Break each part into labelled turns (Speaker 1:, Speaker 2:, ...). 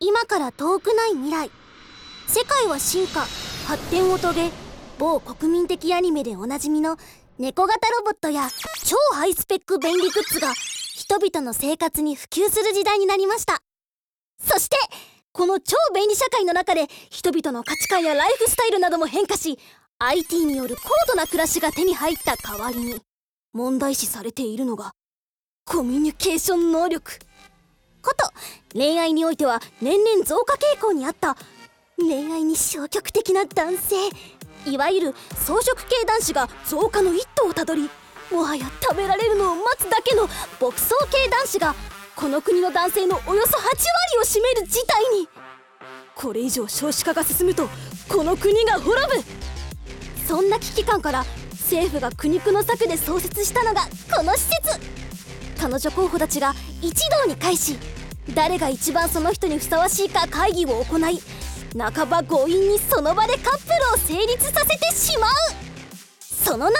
Speaker 1: 今から遠くない未来世界は進化発展を遂げ某国民的アニメでおなじみの猫型ロボットや超ハイスペック便利グッズが人々の生活に普及する時代になりましたそしてこの超便利社会の中で人々の価値観やライフスタイルなども変化し IT による高度な暮らしが手に入った代わりに問題視されているのがコミュニケーション能力こと恋愛においては年々増加傾向にあった恋愛に消極的な男性いわゆる草食系男子が増加の一途をたどりもはや食べられるのを待つだけの牧草系男子がこの国の男性のおよそ8割を占める事態にこれ以上少子化が進むとこの国が滅ぶそんな危機感から政府が苦肉の策で創設したのがこの施設彼女候補たちが一堂に会し誰が一番その人にふさわしいか会議を行い半ば強引にその場でカップルを成立させてしまうその名も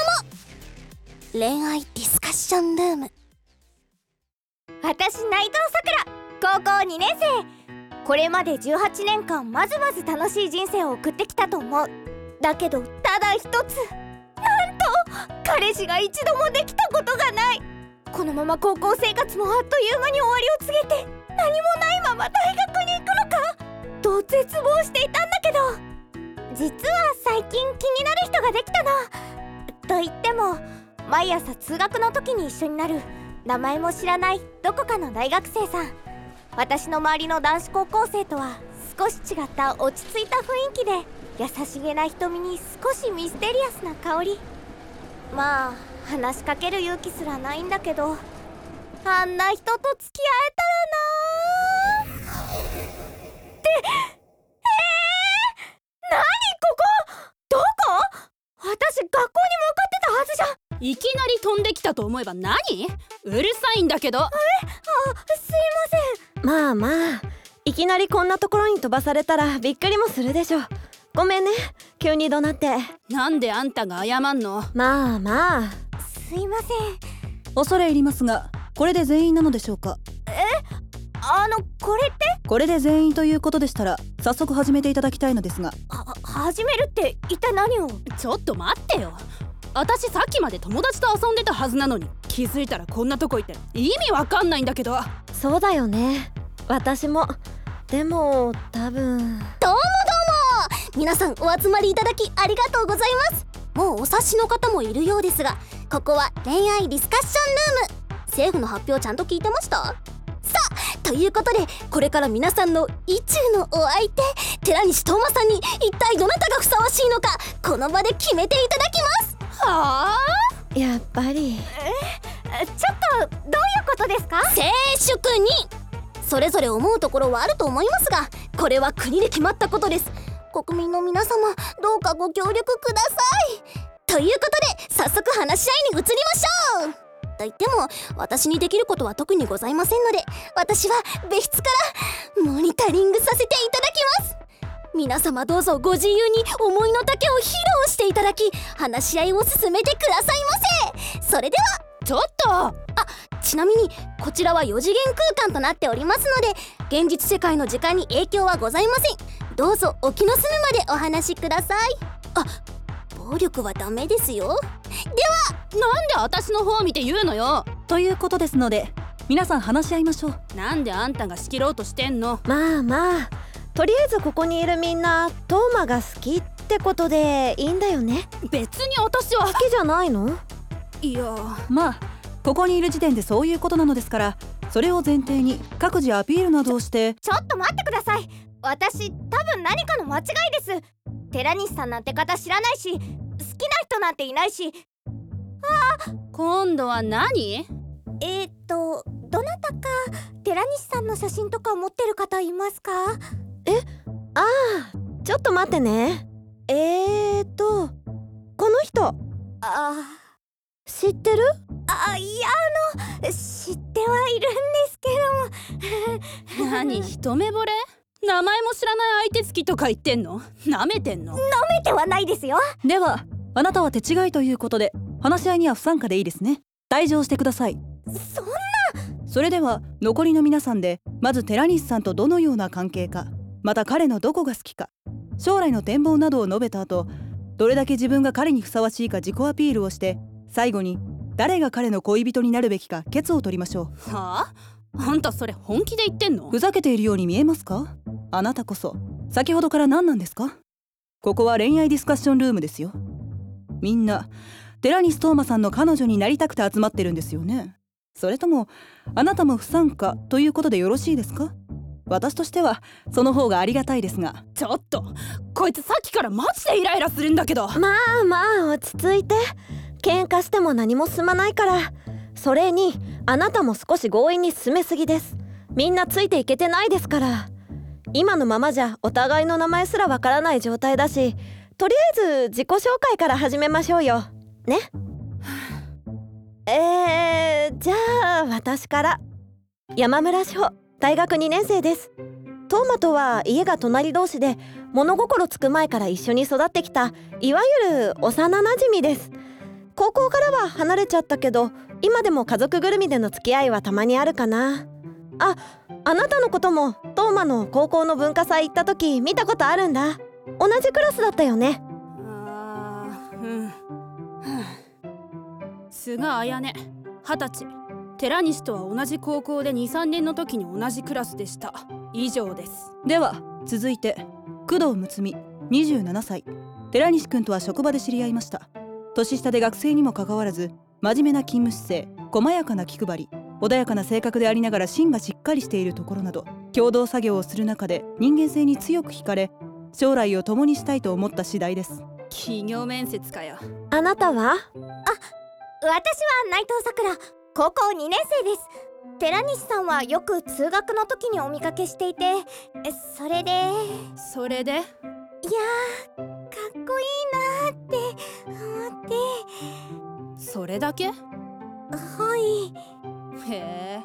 Speaker 1: 恋愛ディスカッションルーム
Speaker 2: 私内藤さくら高校2年生これまで18年間まずまず楽しい人生を送ってきたと思うだけどただ一つなんと彼氏が一度もできたことがないこのまま高校生活もあっという間に終わりを告げて何もないまま大学に行くのかと絶望していたんだけど実は最近気になる人ができたなと言っても毎朝通学の時に一緒になる名前も知らないどこかの大学生さん私の周りの男子高校生とは少し違った落ち着いた雰囲気で優しげな瞳に少しミステリアスな香りまあ話しかける勇気すらないんだけどあんな人と付き合えたらなーってえー、何ここどこ私学校に向かってたはずじゃん
Speaker 1: いきなり飛んできたと思えば何うるさいんだけど
Speaker 2: あすいません
Speaker 3: まあまあいきなりこんなところに飛ばされたらびっくりもするでしょごめんね急に怒鳴って
Speaker 1: なんであんたが謝んの
Speaker 3: まあまあ
Speaker 2: すいません
Speaker 4: 恐れ入りますがこれで全員なのでしょうか
Speaker 2: あのこれって
Speaker 4: これで全員ということでしたら早速始めていただきたいのですが
Speaker 2: は始めるって一体何を
Speaker 1: ちょっと待ってよ私さっきまで友達と遊んでたはずなのに気づいたらこんなとこいて意味わかんないんだけど
Speaker 3: そうだよね私もでも多分
Speaker 1: 皆さんお集まりいただきありがとうございますもうお察しの方もいるようですがここは恋愛ディスカッションルーム政府の発表ちゃんと聞いてましたさあということでこれから皆さんの意中のお相手寺西斗真さんに一体どなたがふさわしいのかこの場で決めていただきますはあ
Speaker 3: やっぱり
Speaker 2: えちょっとどういうことですか
Speaker 1: 静粛にそれぞれ思うところはあると思いますがこれは国で決まったことです国民の皆様どうかご協力くださいということで早速話し合いに移りましょうと言っても私にできることは特にございませんので私は別室からモニタリングさせていただきます皆様どうぞご自由に思いの丈を披露していただき話し合いを進めてくださいませそれではちょっとあちなみにこちらは4次元空間となっておりますので現実世界の時間に影響はございませんどうぞお気の隅までお話しくださいあ暴力はダメですよではなんで私の方見て言うのよ
Speaker 4: ということですので皆さん話し合いましょう
Speaker 1: なんであんたが仕切ろうとしてんの
Speaker 3: まあまあとりあえずここにいるみんなトーマが好きってことでいいんだよね
Speaker 1: 別に私は
Speaker 3: 好きじゃないの
Speaker 1: いや
Speaker 4: まあここにいる時点でそういうことなのですからそれを前提に各自アピールなどをして
Speaker 2: ちょっと待ってください私多分何かの間違いです寺西さんなんて方知らないし好きな人なんていないし
Speaker 1: 今度は何
Speaker 2: えー、っとどなたか寺西さんの写真とか持ってる方いますか
Speaker 3: ああちょっと待ってねえーとこの人
Speaker 2: あ
Speaker 3: 知ってる
Speaker 2: ーあいやあの知ってはいるんですけども
Speaker 1: 何一目 惚れ名前も知らない相手好きとか言ってんのなめてんの
Speaker 2: 褒めてはないですよ
Speaker 4: ではあなたは手違いということで話し合いには不参加でいいですね退場してください
Speaker 2: そんな
Speaker 4: それでは残りの皆さんでまず寺西さんとどのような関係かまた彼のどこが好きか将来の展望などを述べた後どれだけ自分が彼にふさわしいか自己アピールをして最後に誰が彼の恋人になるべきかケツを取りましょ
Speaker 5: はああんたそれ本気で言ってんの
Speaker 4: うふざけているように見えますかあなたこそ先ほどから何なんですかここは恋愛ディスカッションルームですよみんな寺西トーマさんの彼女になりたくて集まってるんですよねそれともあなたも不参加ということでよろしいですか私としてはその方がありがたいですが
Speaker 5: ちょっとこいつさっきからマジでイライラするんだけど
Speaker 3: まあまあ落ち着いて喧嘩しても何も進まないからそれにあなたも少し強引に進めすぎですみんなついていけてないですから今のままじゃお互いの名前すらわからない状態だしとりあえず自己紹介から始めましょうよねえー、じゃあ私から山村翔大学2年生ですトーマとは家が隣同士で物心つく前から一緒に育ってきたいわゆる幼なじみです高校からは離れちゃったけど今でも家族ぐるみでの付き合いはたまにあるかなああなたのこともトーマの高校の文化祭行った時見たことあるんだ同じクラスだったよね
Speaker 5: あーうんはあ菅綾音二十歳寺西とは同じ高校で23年の時に同じクラスでした以上です
Speaker 4: では続いて工藤睦美27歳寺西君とは職場で知り合いました年下で学生にもかかわらず真面目な勤務姿勢細やかな気配り穏やかな性格でありながら芯がしっかりしているところなど共同作業をする中で人間性に強く惹かれ将来を共にしたいと思った次第です
Speaker 5: 企業面接かよ
Speaker 3: あなたは
Speaker 1: 私は内藤さくら高校2年生です寺西さんはよく通学の時にお見かけしていてえそれでいや
Speaker 5: それで
Speaker 1: ーかっこいいなーって思って
Speaker 5: それだけへ
Speaker 1: はい
Speaker 5: え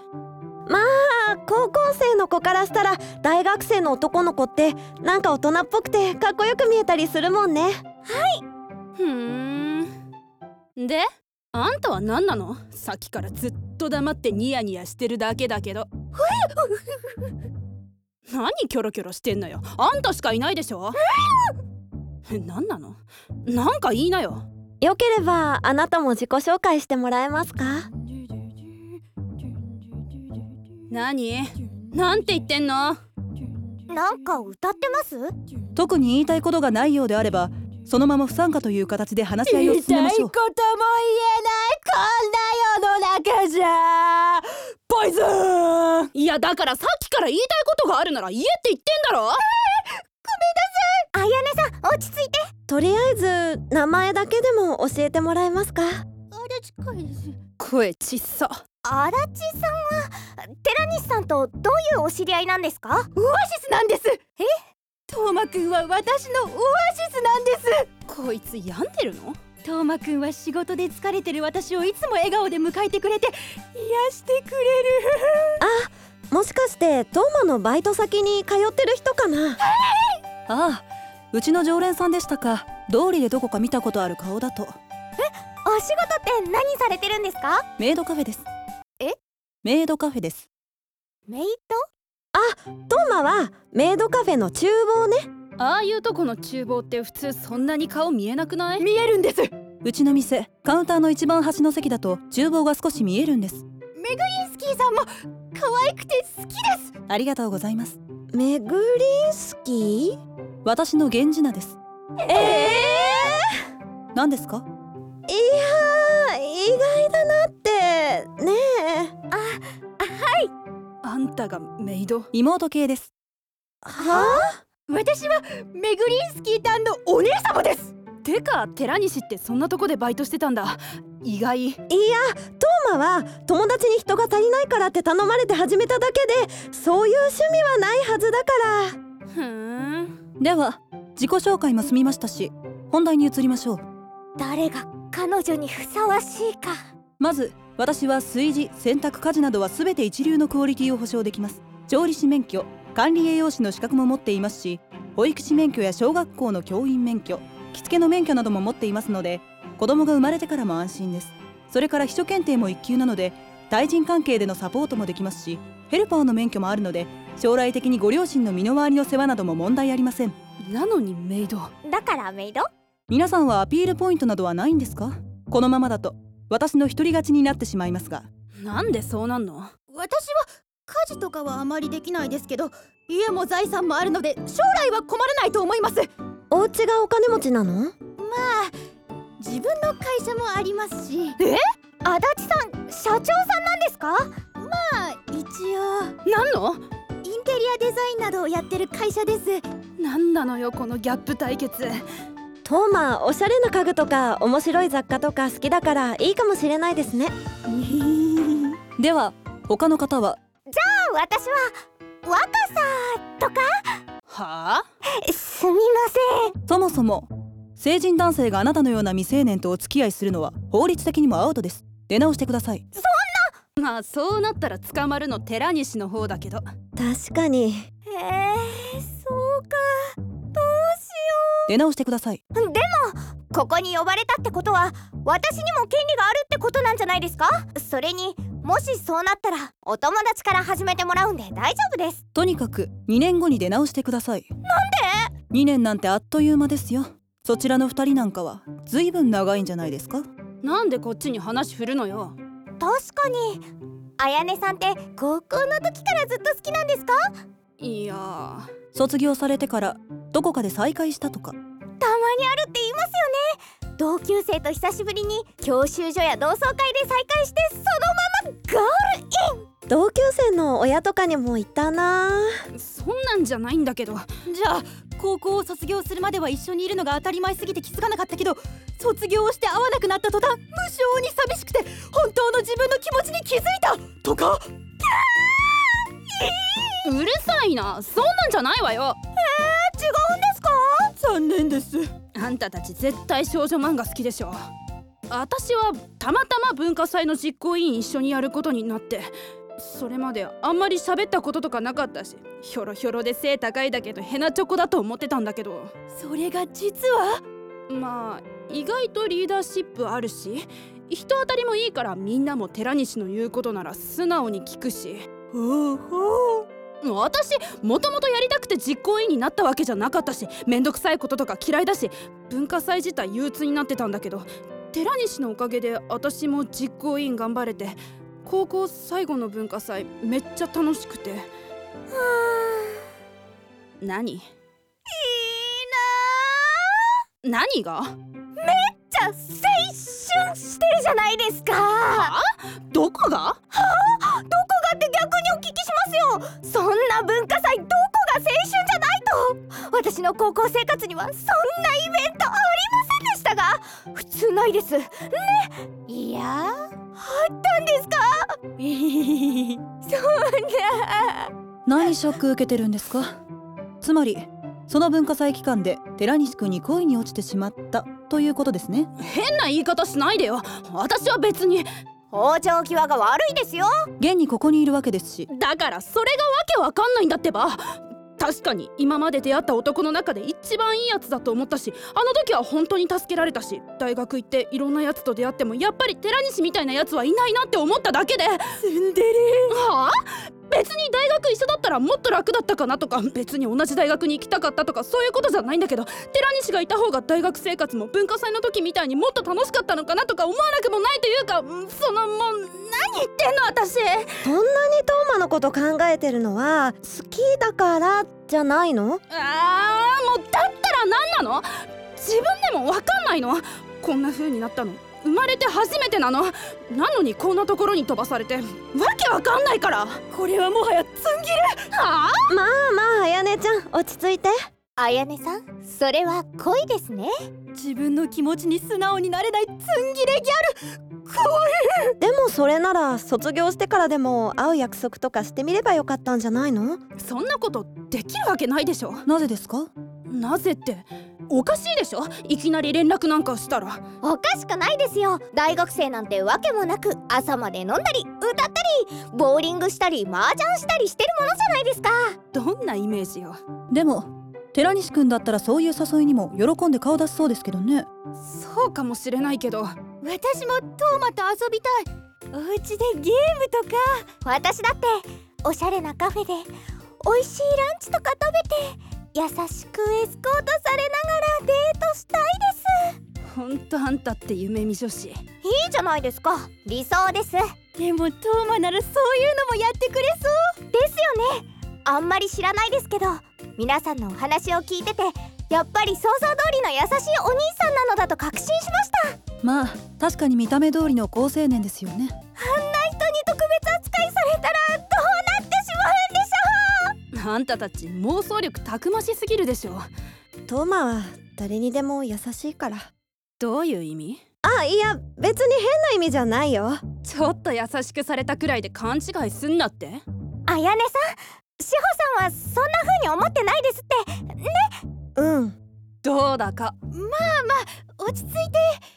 Speaker 3: あ高校生の子からしたら大学生の男の子ってなんか大人っぽくてかっこよく見えたりするもんね
Speaker 5: ふーんであんたは何なのさっきからずっと黙ってニヤニヤしてるだけだけど何キョロキョロしてんのよあんたしかいないでしょ何なのなんか言いなよ
Speaker 3: よければあなたも自己紹介してもらえますか
Speaker 5: 何なんて言ってんの
Speaker 1: なんか歌ってます
Speaker 4: 特に言いたいことがないようであればそのまま不参加という形で話し合いを進めましょう
Speaker 5: いやだからさっきから言いたいことがあるなら言えって言ってんだろ
Speaker 1: あやねさん落ち着いて
Speaker 3: とりあえず名前だけでも教えてもらえますか
Speaker 1: あれ近いです
Speaker 5: 声ちっさ
Speaker 1: 荒地さんは寺西さんとどういうお知り合いなんですかオアシスなんですえ
Speaker 6: トーマくんは私のオアシスなんです
Speaker 5: こいつ病んでるの
Speaker 6: トーマくんは仕事で疲れてる私をいつも笑顔で迎えてくれて癒してくれる
Speaker 3: もしかしてトーマのバイト先に通ってる人かな
Speaker 4: ああうちの常連さんでしたか道理でどこか見たことある顔だと
Speaker 1: お仕事って何されてるんですか
Speaker 4: メイドカフェです
Speaker 1: え
Speaker 4: メイドカフェです
Speaker 1: メイ
Speaker 3: トーマはメイドカフェの厨房ね
Speaker 5: ああいうとこの厨房って普通そんなに顔見えなくないう
Speaker 6: 見えるんです
Speaker 4: うちの店カウンターの一番端の席だと厨房が少し見えるんです
Speaker 6: スキーさんも可愛くて好きです
Speaker 4: ありがとうございます
Speaker 3: メグリンスキー
Speaker 4: 私の源氏名です
Speaker 3: ええ
Speaker 4: 何ですか
Speaker 3: いやー意外だなってねえ
Speaker 5: あんたがメイド
Speaker 4: 妹系です
Speaker 3: は
Speaker 6: 私はメグリンスキーさんのお姉様です
Speaker 5: てか寺西ってそんなとこでバイトしてたんだ意外
Speaker 3: いやトーマは友達に人が足りないからって頼まれて始めただけでそういう趣味はないはずだから
Speaker 5: ふん
Speaker 4: では自己紹介も済みましたし本題に移りましょう
Speaker 1: 誰が彼女にふさわしいか
Speaker 4: まず私は炊事洗濯家事などは全て一流のクオリティを保証できます調理師免許管理栄養士の資格も持っていますし保育士免許や小学校の教員免許着付けの免許なども持っていますので子供が生まれてからも安心ですそれから秘書検定も1級なので対人関係でのサポートもできますしヘルパーの免許もあるので将来的にご両親の身の回りの世話なども問題ありません
Speaker 5: なのにメイド
Speaker 1: だからメイド
Speaker 4: 皆さんはアピールポイントなどはないんですかこのままだと私の独り勝ちになってしまいますが
Speaker 5: なんでそうなんの
Speaker 6: 私は家事とかはあまりできないですけど家も財産もあるので将来は困らないと思います
Speaker 3: お家がお金持ちなの
Speaker 6: 自分の会社もありますし
Speaker 1: 足立さん社長さんなんですか
Speaker 6: まあ一応
Speaker 5: なんの
Speaker 6: インテリアデザインなどをやってる会社です
Speaker 5: なんなのよこのギャップ対決
Speaker 3: トーマおしゃれな家具とか面白い雑貨とか好きだからいいかもしれないですね
Speaker 4: では他の方は
Speaker 1: 私は若
Speaker 5: はあ
Speaker 1: すみま
Speaker 4: そもそも成人男性があなたのような未成年とお付き合いするのは法律的にもアウトです出直してください
Speaker 5: まあそうなったら捕まるの寺西の方だけど
Speaker 3: 確かに
Speaker 1: せんえー、そうか
Speaker 4: 出直してください
Speaker 1: でもここに呼ばれたってことは私にも権利があるってことなんじゃないですかそれにもしそうなったらお友達から始めてもらうんで大丈夫です
Speaker 4: とにかく2年後に出直してくださいなんで ?2 年なんてあっという間ですよそちらの2人なんかはずいぶん長いんじゃないですか
Speaker 5: なんでこっちに話振るのよ
Speaker 1: 確かにあやねさんって高校の時からずっと好きなんですか
Speaker 5: いやー
Speaker 4: 卒業されてからどこかで再会したとか
Speaker 1: たまにあるって言いますよね同級生と久しぶりに教習所や同窓会で再会してそのままゴール
Speaker 3: 同級生の親とかにも言ったな
Speaker 5: そんなんじゃないんだけど
Speaker 6: じゃあ高校を卒業するまでは一緒にいるのが当たり前すぎて気づかなかったけど卒業をして会わなくなった途端無性に寂しくて本当の自分の気持ちに気づいたとか
Speaker 5: うるさいなそんなんじゃないわよ
Speaker 6: 残念です
Speaker 5: あんたたち絶対少女漫画好きでしょ私はたまたま文化祭の実行委員一緒にやることになってそれまであんまり喋ったこととかなかったしひょろひょろで背高いだけどヘナチョコだと思ってたんだけど
Speaker 6: それが実は
Speaker 5: まあ意外とリーダーシップあるし人当たりもいいからみんなも寺西の言うことなら素直に聞くし
Speaker 6: ほうほう
Speaker 5: 私もともとやりたくて実行委員になったわけじゃなかったしめんどくさいこととか嫌いだし文化祭自体憂鬱になってたんだけど寺西のおかげで私も実行委員頑張れて高校最後の文化祭めっちゃ楽しくて何いいな何が
Speaker 1: じゃあ青春してるじゃないですか
Speaker 5: どこが
Speaker 1: どこがって逆にお聞きしますよそんな文化祭どこが青春じゃないと私の高校生活にはそんなイベントありませんでしたが普通ないですねいやあったんですかそんな
Speaker 4: 何ショック受けてるんですかつまりその文化祭期間で寺西君に恋に落ちてしまったということですね
Speaker 5: 変な言い方しないでよ私は別に
Speaker 1: 往生際が悪いですよ
Speaker 4: 現にここにいるわけですし
Speaker 5: だからそれがわけわかんないんだってば確かに今まで出会った男の中で一番いいやつだと思ったしあの時は本当に助けられたし大学行っていろんなやつと出会ってもやっぱり寺西みたいなやつはいないなって思っただけで
Speaker 6: ツンデレ
Speaker 5: はあ別に大学一緒だったらもっと楽だったかなとか別に同じ大学に行きたかったとかそういうことじゃないんだけど寺西がいた方が大学生活も文化祭の時みたいにもっと楽しかったのかなとか思わなくもないというかうんそのもう何言ってんの私
Speaker 3: そんなにトーマのこと考えてるのは好きだからじゃないの
Speaker 5: あーもうだったら何なの自分でも分かんないのこんな風になったの生まれて初めてなのなのにこんなところに飛ばされてわけわかんないから
Speaker 6: これはもはやツンギレ
Speaker 5: はあ
Speaker 3: まあまああやねちゃん落ち着いて
Speaker 1: あやねさんそれは恋ですね
Speaker 6: 自分の気持ちに素直になれないツンギレギャルこ
Speaker 3: でもそれなら卒業してからでも会う約束とかしてみればよかったんじゃないの
Speaker 5: そんなことできるわけないでしょ
Speaker 4: なぜですか
Speaker 5: なぜっておかしいでしょいきなり連絡なんかしたら
Speaker 1: おかしくないですよ大学生なんてわけもなく朝まで飲んだり歌ったりボーリングしたり麻雀したりしてるものじゃないですか
Speaker 5: どんなイメージよ
Speaker 4: でも寺西君だったらそういう誘いにも喜んで顔出しそうですけどね
Speaker 5: そうかもしれないけど
Speaker 6: 私もトーマと遊びたい
Speaker 1: お家でゲームとか私だっておしゃれなカフェで美味しいランチとか食べて優しくエスコートされながらデートしたいです
Speaker 5: ほんとあんたって夢見女子
Speaker 1: いいじゃないですか理想です
Speaker 6: でもトーマならそういうのもやってくれそう
Speaker 1: ですよねあんまり知らないですけど皆さんのお話を聞いててやっぱり想像通りの優しいお兄さんなのだと確信しました
Speaker 4: まあ確かに見た目通りの好青年ですよね
Speaker 1: 人に特別扱いされたらどうなってしまうんでしょ
Speaker 5: あんたたち妄想力たくましすぎるでしょ
Speaker 3: トーマは誰にでも優しいから
Speaker 5: どういう意味
Speaker 3: あいや別に変な意味じゃないよ
Speaker 5: ちょっと優しくされたくらいで勘違いすんなって
Speaker 1: あやねさん志保さんはそんな風に思ってないですって
Speaker 3: うん
Speaker 5: どうだか
Speaker 1: 落ち着い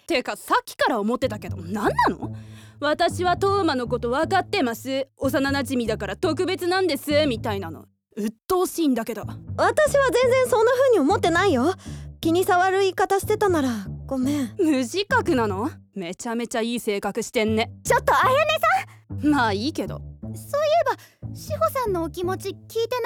Speaker 5: てかさっきから思ってたけど何なの私はトーマのこと分かってます幼なじみだから特別なんですみたいなの鬱陶しいんだけど
Speaker 3: 私は全然そんな風に思ってないよ気に障る言い方してたならごめん
Speaker 5: 無自覚なのめちゃめちゃいい性格してんね
Speaker 1: ちょっとあやね
Speaker 5: まあいいけど
Speaker 1: 志保さんのお気持ち聞いて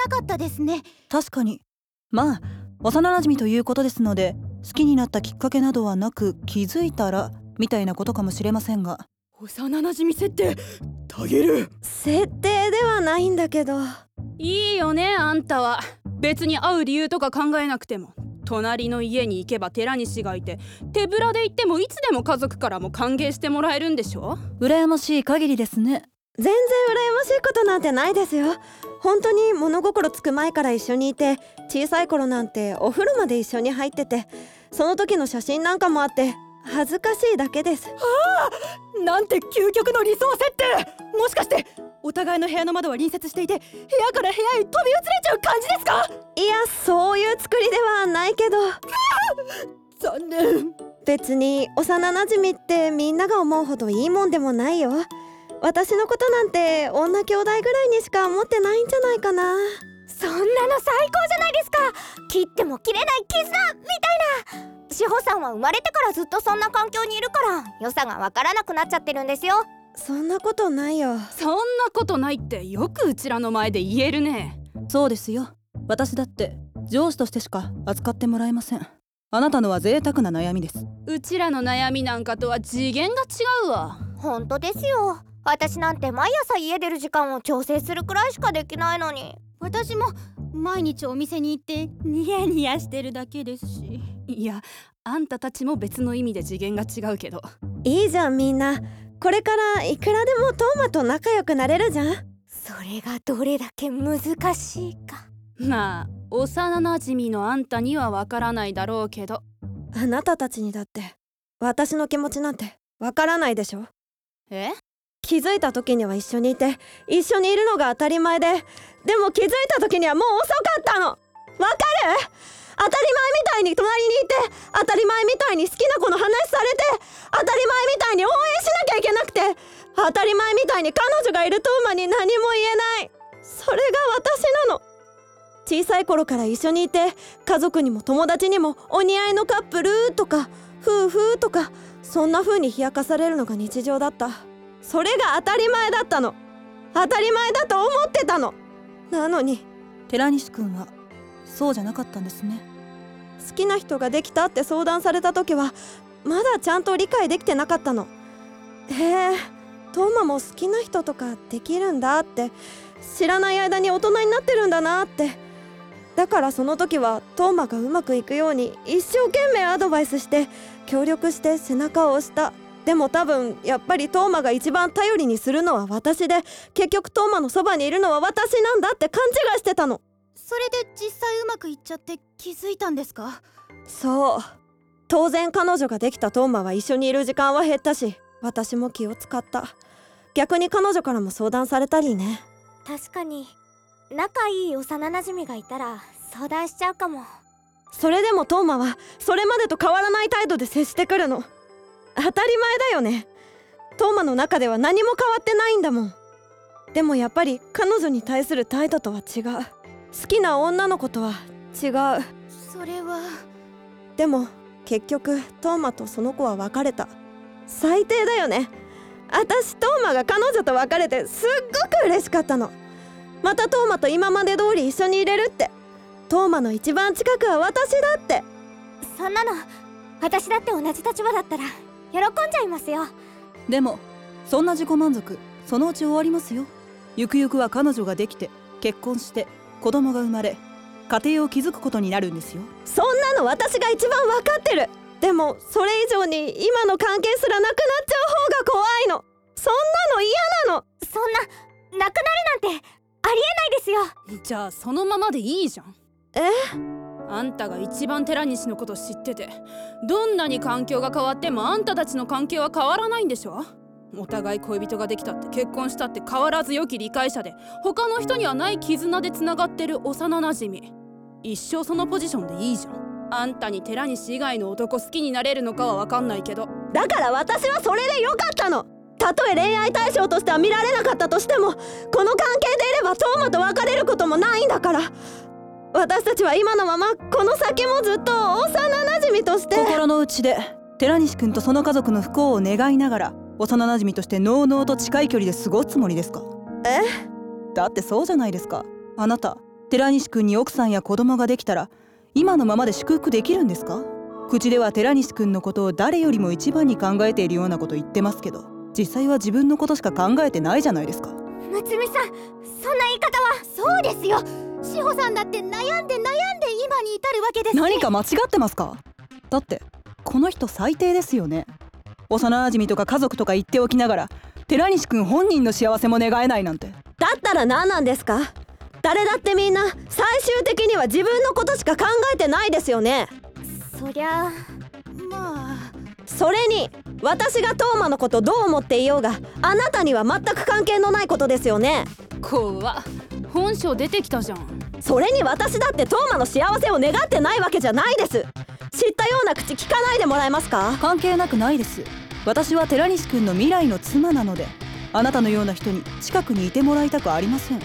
Speaker 1: なかったですね
Speaker 4: 確かにまあ幼なじみということですので好きになったきっかけなどはなく気づいたらみたいなことかもしれませんが
Speaker 5: 幼なじみ設定
Speaker 7: たげる
Speaker 3: 設定ではないんだけど
Speaker 5: いいよねあんたは別に会う理由とか考えなくても隣の家に行けば寺西がいて手ぶらで行ってもいつでも家族からも歓迎してもらえるんでしょ
Speaker 4: 羨ましい限りですね
Speaker 3: 全然羨ましいことなんてないですよ本当に物心つく前から一緒にいて小さい頃なんてお風呂まで一緒に入っててその時の写真なんかもあって恥ずかしいだけです
Speaker 6: なんて究極の理想設定もしかしてお互いの部屋の窓は隣接していて部屋から部屋へ飛び移れちゃう感じですか
Speaker 3: いやそういう作りではないけど
Speaker 6: 残念
Speaker 3: 別に幼なじみってみんなが思うほどいいもんでもないよ私のことなんて女兄弟ぐらいにしか思ってないんじゃないかな
Speaker 1: そんなの最高じゃないですか切っても切れない絆みたいな志保さんは生まれてからずっとそんな環境にいるから良さがわからなくなっちゃってるんですよ
Speaker 3: そんなことないよ
Speaker 5: そんなことないってよくうちらの前で言えるね
Speaker 4: そうですよ私だって上司としてしか扱ってもらえませんあなたのは贅沢な悩みです
Speaker 5: うちらの悩みなんかとは次元が違うわ
Speaker 1: 本当ですよ私なんて毎朝家出る時間を調整するくらいしかできないのに
Speaker 6: 私も毎日お店に行ってニヤニヤしてるだけですし
Speaker 5: いやあんたたちも別の意味で次元が違うけど
Speaker 3: いいじゃんみんなこれからいくらでもトーマと仲良くなれるじゃん
Speaker 1: それがどれだけ難しいか
Speaker 5: まあ幼なじみのあんたにはわからないだろうけど
Speaker 3: あなたたちにだって私の気持ちなんてわからないでしょ
Speaker 5: え
Speaker 3: 気づいた時には一緒にいて一緒にいるのが当たり前ででも気づいた時にはもう遅かったのわかる当たり前みたいに隣にいて当たり前みたいに好きな子の話されて当たり前みたいに応援しなきゃいけなくて当たり前みたいに彼女がいるトーマに何も言えないそれが私なの小さい頃から一緒にいて家族にも友達にもお似合いのカップルとか夫婦とかそんな風に冷やかされるのが日常だったそれが当たり前だったの当たり前だと思ってたのなのに
Speaker 4: 寺西君はそうじゃなかったんですね
Speaker 3: 好きな人ができたって相談された時はまだちゃんと理解できてなかったのへえトーマも好きな人とかできるんだって知らない間に大人になってるんだなってだからその時はトーマがうまくいくように一生懸命アドバイスして協力して背中を押したでも多分やっぱりトーマが一番頼りにするのは私で結局トーマのそばにいるのは私なんだって勘違いしてたの
Speaker 6: それで実際うまくいっちゃって気づいたんですか
Speaker 3: そう当然彼女ができたトーマは一緒にいる時間は減ったし私も気を使った逆に彼女からも相談されたりね
Speaker 1: 確かに仲いい幼なじみがいたら相談しちゃうかも
Speaker 3: それでもトーマはそれまでと変わらない態度で接してくるの当たり前だよねトーマの中では何も変わってないんだもんでもやっぱり彼女に対する態度とは違う好きな女の子とは違う
Speaker 6: それは
Speaker 3: でも結局トーマとその子は別れた最低だよね私トーマが彼女と別れてすっごく嬉しかったのまたトーマと今まで通り一緒にいれるってトーマの一番近くは私だって
Speaker 1: そんなの私だって同じ立場だったら喜んじゃいますよ
Speaker 4: でもそんな自己満足そのうち終わりますよゆくゆくは彼女ができて結婚して子供が生まれ家庭を築くことになるんですよ
Speaker 3: そんなの私が一番分かってるでもそれ以上に今の関係すらなくなっちゃう方が怖いのそんなの嫌なの
Speaker 1: そんななくなるなんてありえないですよ
Speaker 5: じゃあそのままでいいじゃん
Speaker 3: え
Speaker 5: あんたが一番寺西のこと知っててどんなに環境が変わってもあんたたちの関係は変わらないんでしょお互い恋人ができたって結婚したって変わらず良き理解者で他の人にはない絆でつながってる幼なじみ一生そのポジションでいいじゃんあんたに寺西以外の男好きになれるのかは分かんないけど
Speaker 3: だから私はそれでよかったのたとえ恋愛対象としては見られなかったとしてもこの関係でいればトーマと別れることもないんだから私たちは今のままこの先もずっと幼馴染として
Speaker 4: 心の内で寺西君とその家族の不幸を願いながら幼なじみとしてのうのうと近い距離で過ごすつもりですか
Speaker 3: え
Speaker 4: だってそうじゃないですかあなた寺西君に奥さんや子供ができたら今のままで祝福できるんですか口では寺西君のことを誰よりも一番に考えているようなこと言ってますけど実際は自分のことしか考えてないじゃないですか
Speaker 1: 夏美さんそんな言い方はそうですよ志保さんだって悩んで悩んで今に至るわけで
Speaker 4: 何か間違ってますかだってこの人最低ですよね幼馴染とか家族とか言っておきながら寺西君本人の幸せも願えないなんて
Speaker 3: だったら何なんですか誰だってみんな最終的には自分のことしか考えてないですよね
Speaker 1: そりゃあ
Speaker 6: まあ
Speaker 3: それに私がトーマのことどう思っていようがあなたには全く関係のないことですよね
Speaker 5: 怖っ本性出てきたじゃん
Speaker 3: それに私だってトーマの幸せを願ってないわけじゃないです知ったような口聞かないでもらえますか
Speaker 4: 関係なくないです私は寺西君の未来の妻なのであなたのような人に近くにいてもらいたくありません
Speaker 3: は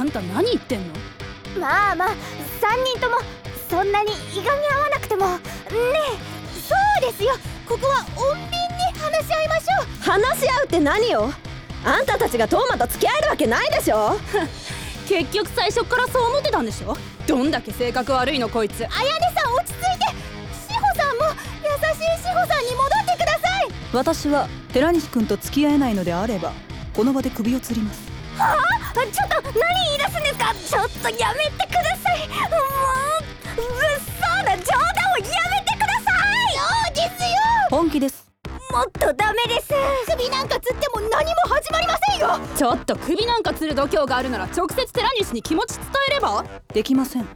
Speaker 5: あんた何言ってんの
Speaker 1: まあまあ3人ともそんなにいがみ合わなくてもねえそうですよここは穏便に話し合いましょ
Speaker 3: 話し合うって何よあんたたちがトーマと付き合えるわけないでしょ
Speaker 5: 結局最初からそう思ってたんでしょどんだけ性格悪いのこいつ
Speaker 1: う綾音さん落ち着いて志保さんも優しい志保さんに戻ってください
Speaker 4: 私は寺西君と付き合えないのであればこの場で首を吊ります
Speaker 1: あちょっと何言い出すんですかちょっとやめてくださいもう物騒な冗談をやめてくださいそうですよ
Speaker 4: 本気です
Speaker 1: もっとダメです首なんかつっても何も始まりませんよ
Speaker 5: ちょっと首なんかつる度胸があるなら直接寺西に気持ち伝えれば
Speaker 4: できません
Speaker 1: で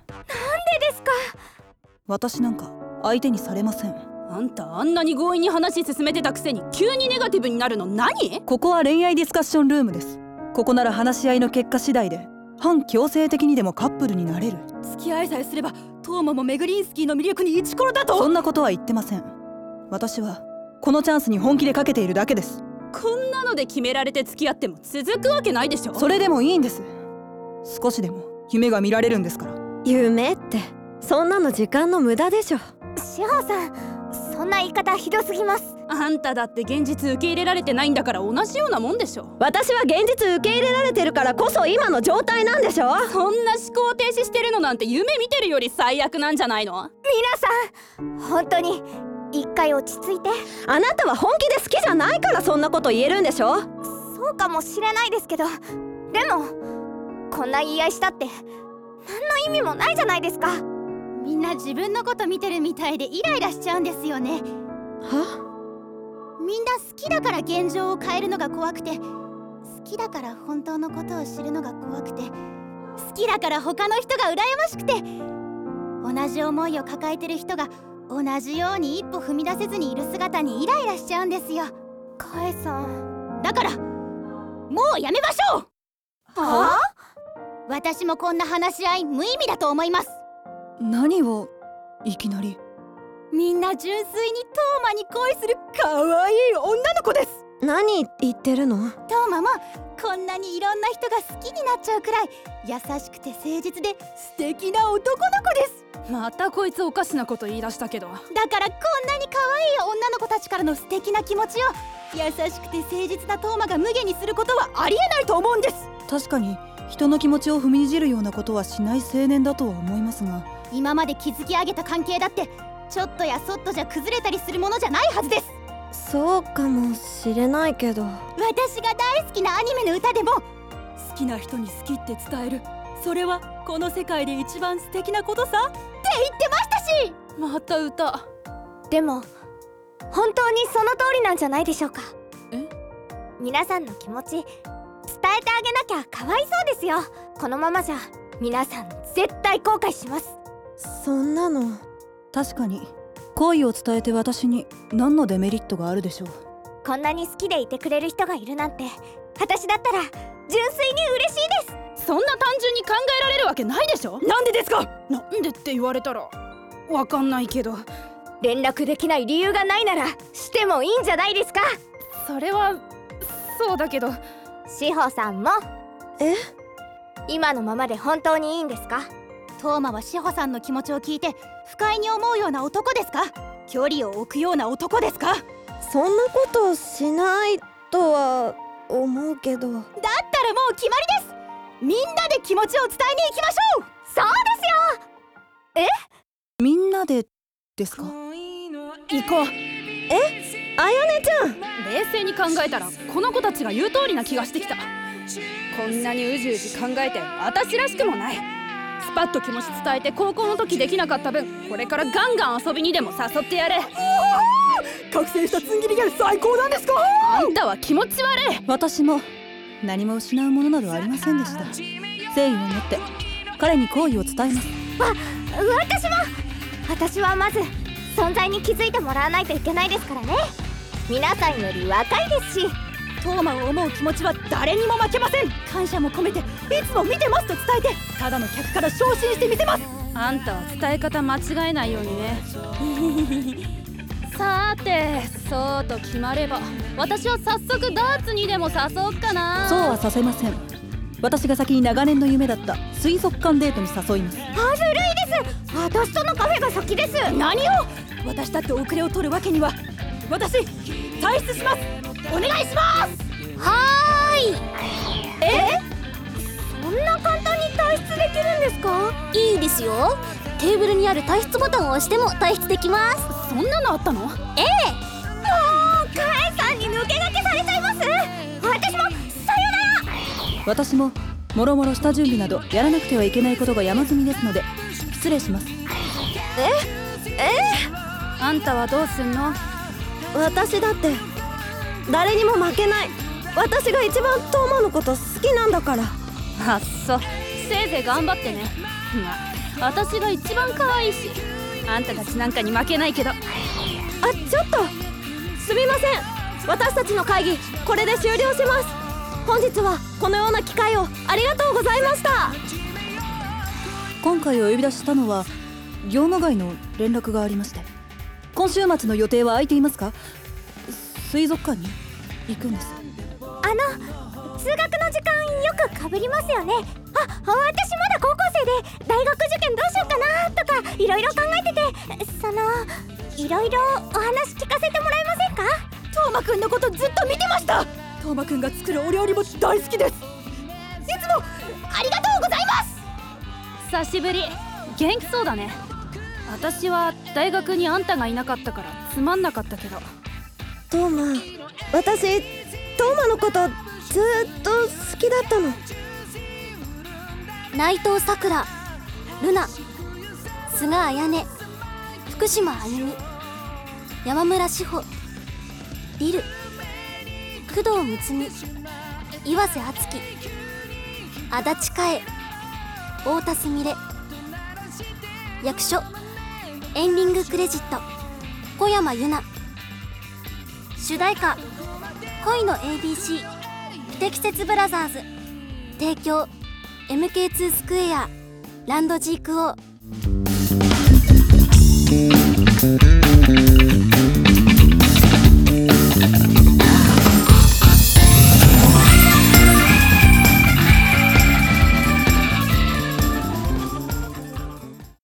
Speaker 1: ですか
Speaker 4: 私なんか相手にされません
Speaker 5: あんたあんなに強引に話進めてたくせに急にネガティブになるの何
Speaker 4: ここは恋愛ディスカッションルームですここなら話し合いの結果次第で反強制的にでもカップルになれる
Speaker 6: 付き合いさえすればトーマもメグリンスキーの魅力にイチコロだと
Speaker 4: そんなことは言ってません私はこのチャンスに本気でかけているだけです
Speaker 5: こんなので決められて付き合っても続くわけないでしょ
Speaker 4: それでもいいんです少しでも夢が見られるんですから
Speaker 3: 夢ってそんなの時間の無駄でしょ
Speaker 1: 志保さんそんな言い方ひどすぎます
Speaker 5: あんただって現実受け入れられてないんだから同じようなもんでしょ
Speaker 3: 私は現実受け入れられてるからこそ今の状態なんでしょ
Speaker 5: そんな思考停止してるのなんて夢見てるより最悪なんじゃないの
Speaker 1: 皆さん本当に一回落ち着いて
Speaker 3: あなたは本気で好きじゃないからそんなこと言えるんでしょ
Speaker 1: そうかもしれないですけどでもこんな言い合いしたって何の意味もないじゃないですか
Speaker 6: みんな自分のこと見てるみたいでイライラしちゃうんですよね
Speaker 3: は
Speaker 6: みんな好きだから現状を変えるのが怖くて好きだから本当のことを知るのが怖くて好きだから他の人が羨ましくて同じ思いを抱えてる人が同じように一歩踏み出せずにいる姿にイライラしちゃうんですよ
Speaker 1: カエさん
Speaker 6: だからもうやめましょう
Speaker 1: は
Speaker 6: 私もこんな話し合い無意味だと思います
Speaker 4: 何をいきなり
Speaker 6: みんな純粋にトーマに恋する可愛い女の子です
Speaker 3: 何言ってるの
Speaker 6: トーマもこんなにいろんな人が好きになっちゃうくらい優しくて誠実で素敵な男の子です
Speaker 5: またこいつおかしなこと言い出したけど
Speaker 6: だからこんなに可愛い女の子たちからの素敵な気持ちを優しくて誠実なトーマが無限にすることはありえないと思うんです
Speaker 4: 確かに人の気持ちを踏みにじるようなことはしない青年だとは思いますが
Speaker 6: 今まで築き上げた関係だってちょっとやそっとじゃ崩れたりするものじゃないはずです
Speaker 3: そうかもしれないけど
Speaker 6: 私が大好きなアニメの歌でも
Speaker 5: 好きな人に好きって伝えるそれはこの世界で一番素敵なことさ
Speaker 6: 言ってましたし
Speaker 5: また歌
Speaker 1: でも本当にその通りなんじゃないでしょうか
Speaker 5: え
Speaker 1: 皆さんの気持ち伝えてあげなきゃかわいそうですよこのままじゃ皆さん絶対後悔します
Speaker 3: そんなの
Speaker 4: 確かに好意を伝えて私に何のデメリットがあるでしょう
Speaker 1: こんなに好きでいてくれる人がいるなんて私だったら純粋に嬉しいです
Speaker 5: そんな単純に考えられるわけないでしょなんでですかなんでって言われたらわかんないけど
Speaker 1: 連絡できない理由がないならしてもいいんじゃないですか
Speaker 5: それはそうだけど
Speaker 1: 志保さんも
Speaker 3: え
Speaker 1: 今のままで本当にいいんですか
Speaker 6: トーマは志保さんの気持ちを聞いて不快に思うような男ですか距離を置くような男ですか
Speaker 3: そんなことしないとは思うけ
Speaker 6: だ
Speaker 3: ど
Speaker 6: ったらもう決まりですみんなで気持ちを伝えに行きましょう
Speaker 1: そうですよ
Speaker 4: みんなでですか
Speaker 5: 行こう
Speaker 3: あやねちゃん
Speaker 5: 冷静に考えたらこの子たちが言う通りな気がしてきたこんなにうじうじ考えて私らしくもないスパッと気持ち伝えて高校の時できなかった分これからガンガン遊びにでも誘ってやれ
Speaker 4: 覚醒したつん切りが最高なんですか
Speaker 5: あんたは気持ち悪い
Speaker 4: 私も何も失うものなどありませんでした誠意を持って彼に好意を伝えます
Speaker 1: 私も私はまず存在に気づいてもらわないといけないですからね皆さんより若いですし
Speaker 6: トーマを思う気持ちは誰にも負けません感謝も込めていつも見てますと伝えてただの客から昇進してみせます
Speaker 5: あんたは伝え方間違えないようにね さてそうと決まれば私は早速ダーツにでも誘おっかな
Speaker 4: そうはさせません私が先に長年の夢だった水族館デートに誘います
Speaker 1: 私とのカフェが先です
Speaker 6: 何を私だって遅れを取るわけには私退出しますお願いします
Speaker 8: はーい
Speaker 1: そんな簡単に退出できるんですか
Speaker 8: いいですよテーブルにある退出ボタンを押しても退出できます
Speaker 5: そんなのあったの
Speaker 1: カエさんに抜け駆けされちゃいます私も
Speaker 4: 私ももろもろ下準備などやらなくてはいけないことが山積みですので失礼します
Speaker 5: あんたはどうすんの
Speaker 3: 私だって誰にも負けない私が一番トーマのこと好きなんだから
Speaker 5: あっそせいぜい頑張ってねまあ私が一番可愛いしあんたたちなんかに負けないけど
Speaker 3: あちょっとすみません私たちの会議これで終了します本日はこのような機会をありがとうございました
Speaker 4: 今回お呼び出ししたのは業務外の連絡がありまして今週末の予定は空いていますか水族館に行くんです
Speaker 1: あの通学の時間よくかぶりますよねあ私まだ高校生で大学受験どうしようかなとかいろいろ考えててそのいろいろお話聞かせてもらえませんか
Speaker 6: トーマくんのことずっと見てましたトーマくんが作るお料理も大好きですいつもありがとうございます
Speaker 5: 久しぶり元気そうだね私は大学にあんたがいなかったからつまんなかったけど
Speaker 3: トーマ私トーマのことずっと好きだったの
Speaker 8: 内藤さくらルナ菅あやね福島あゆみ山村志保リル工藤睦美岩瀬敦樹足立かえ太田すみれ役所エンディングクレジット小山由奈主題歌「恋の ABC 不適切ブラザーズ」提供 MK2 スクエアランドジークオー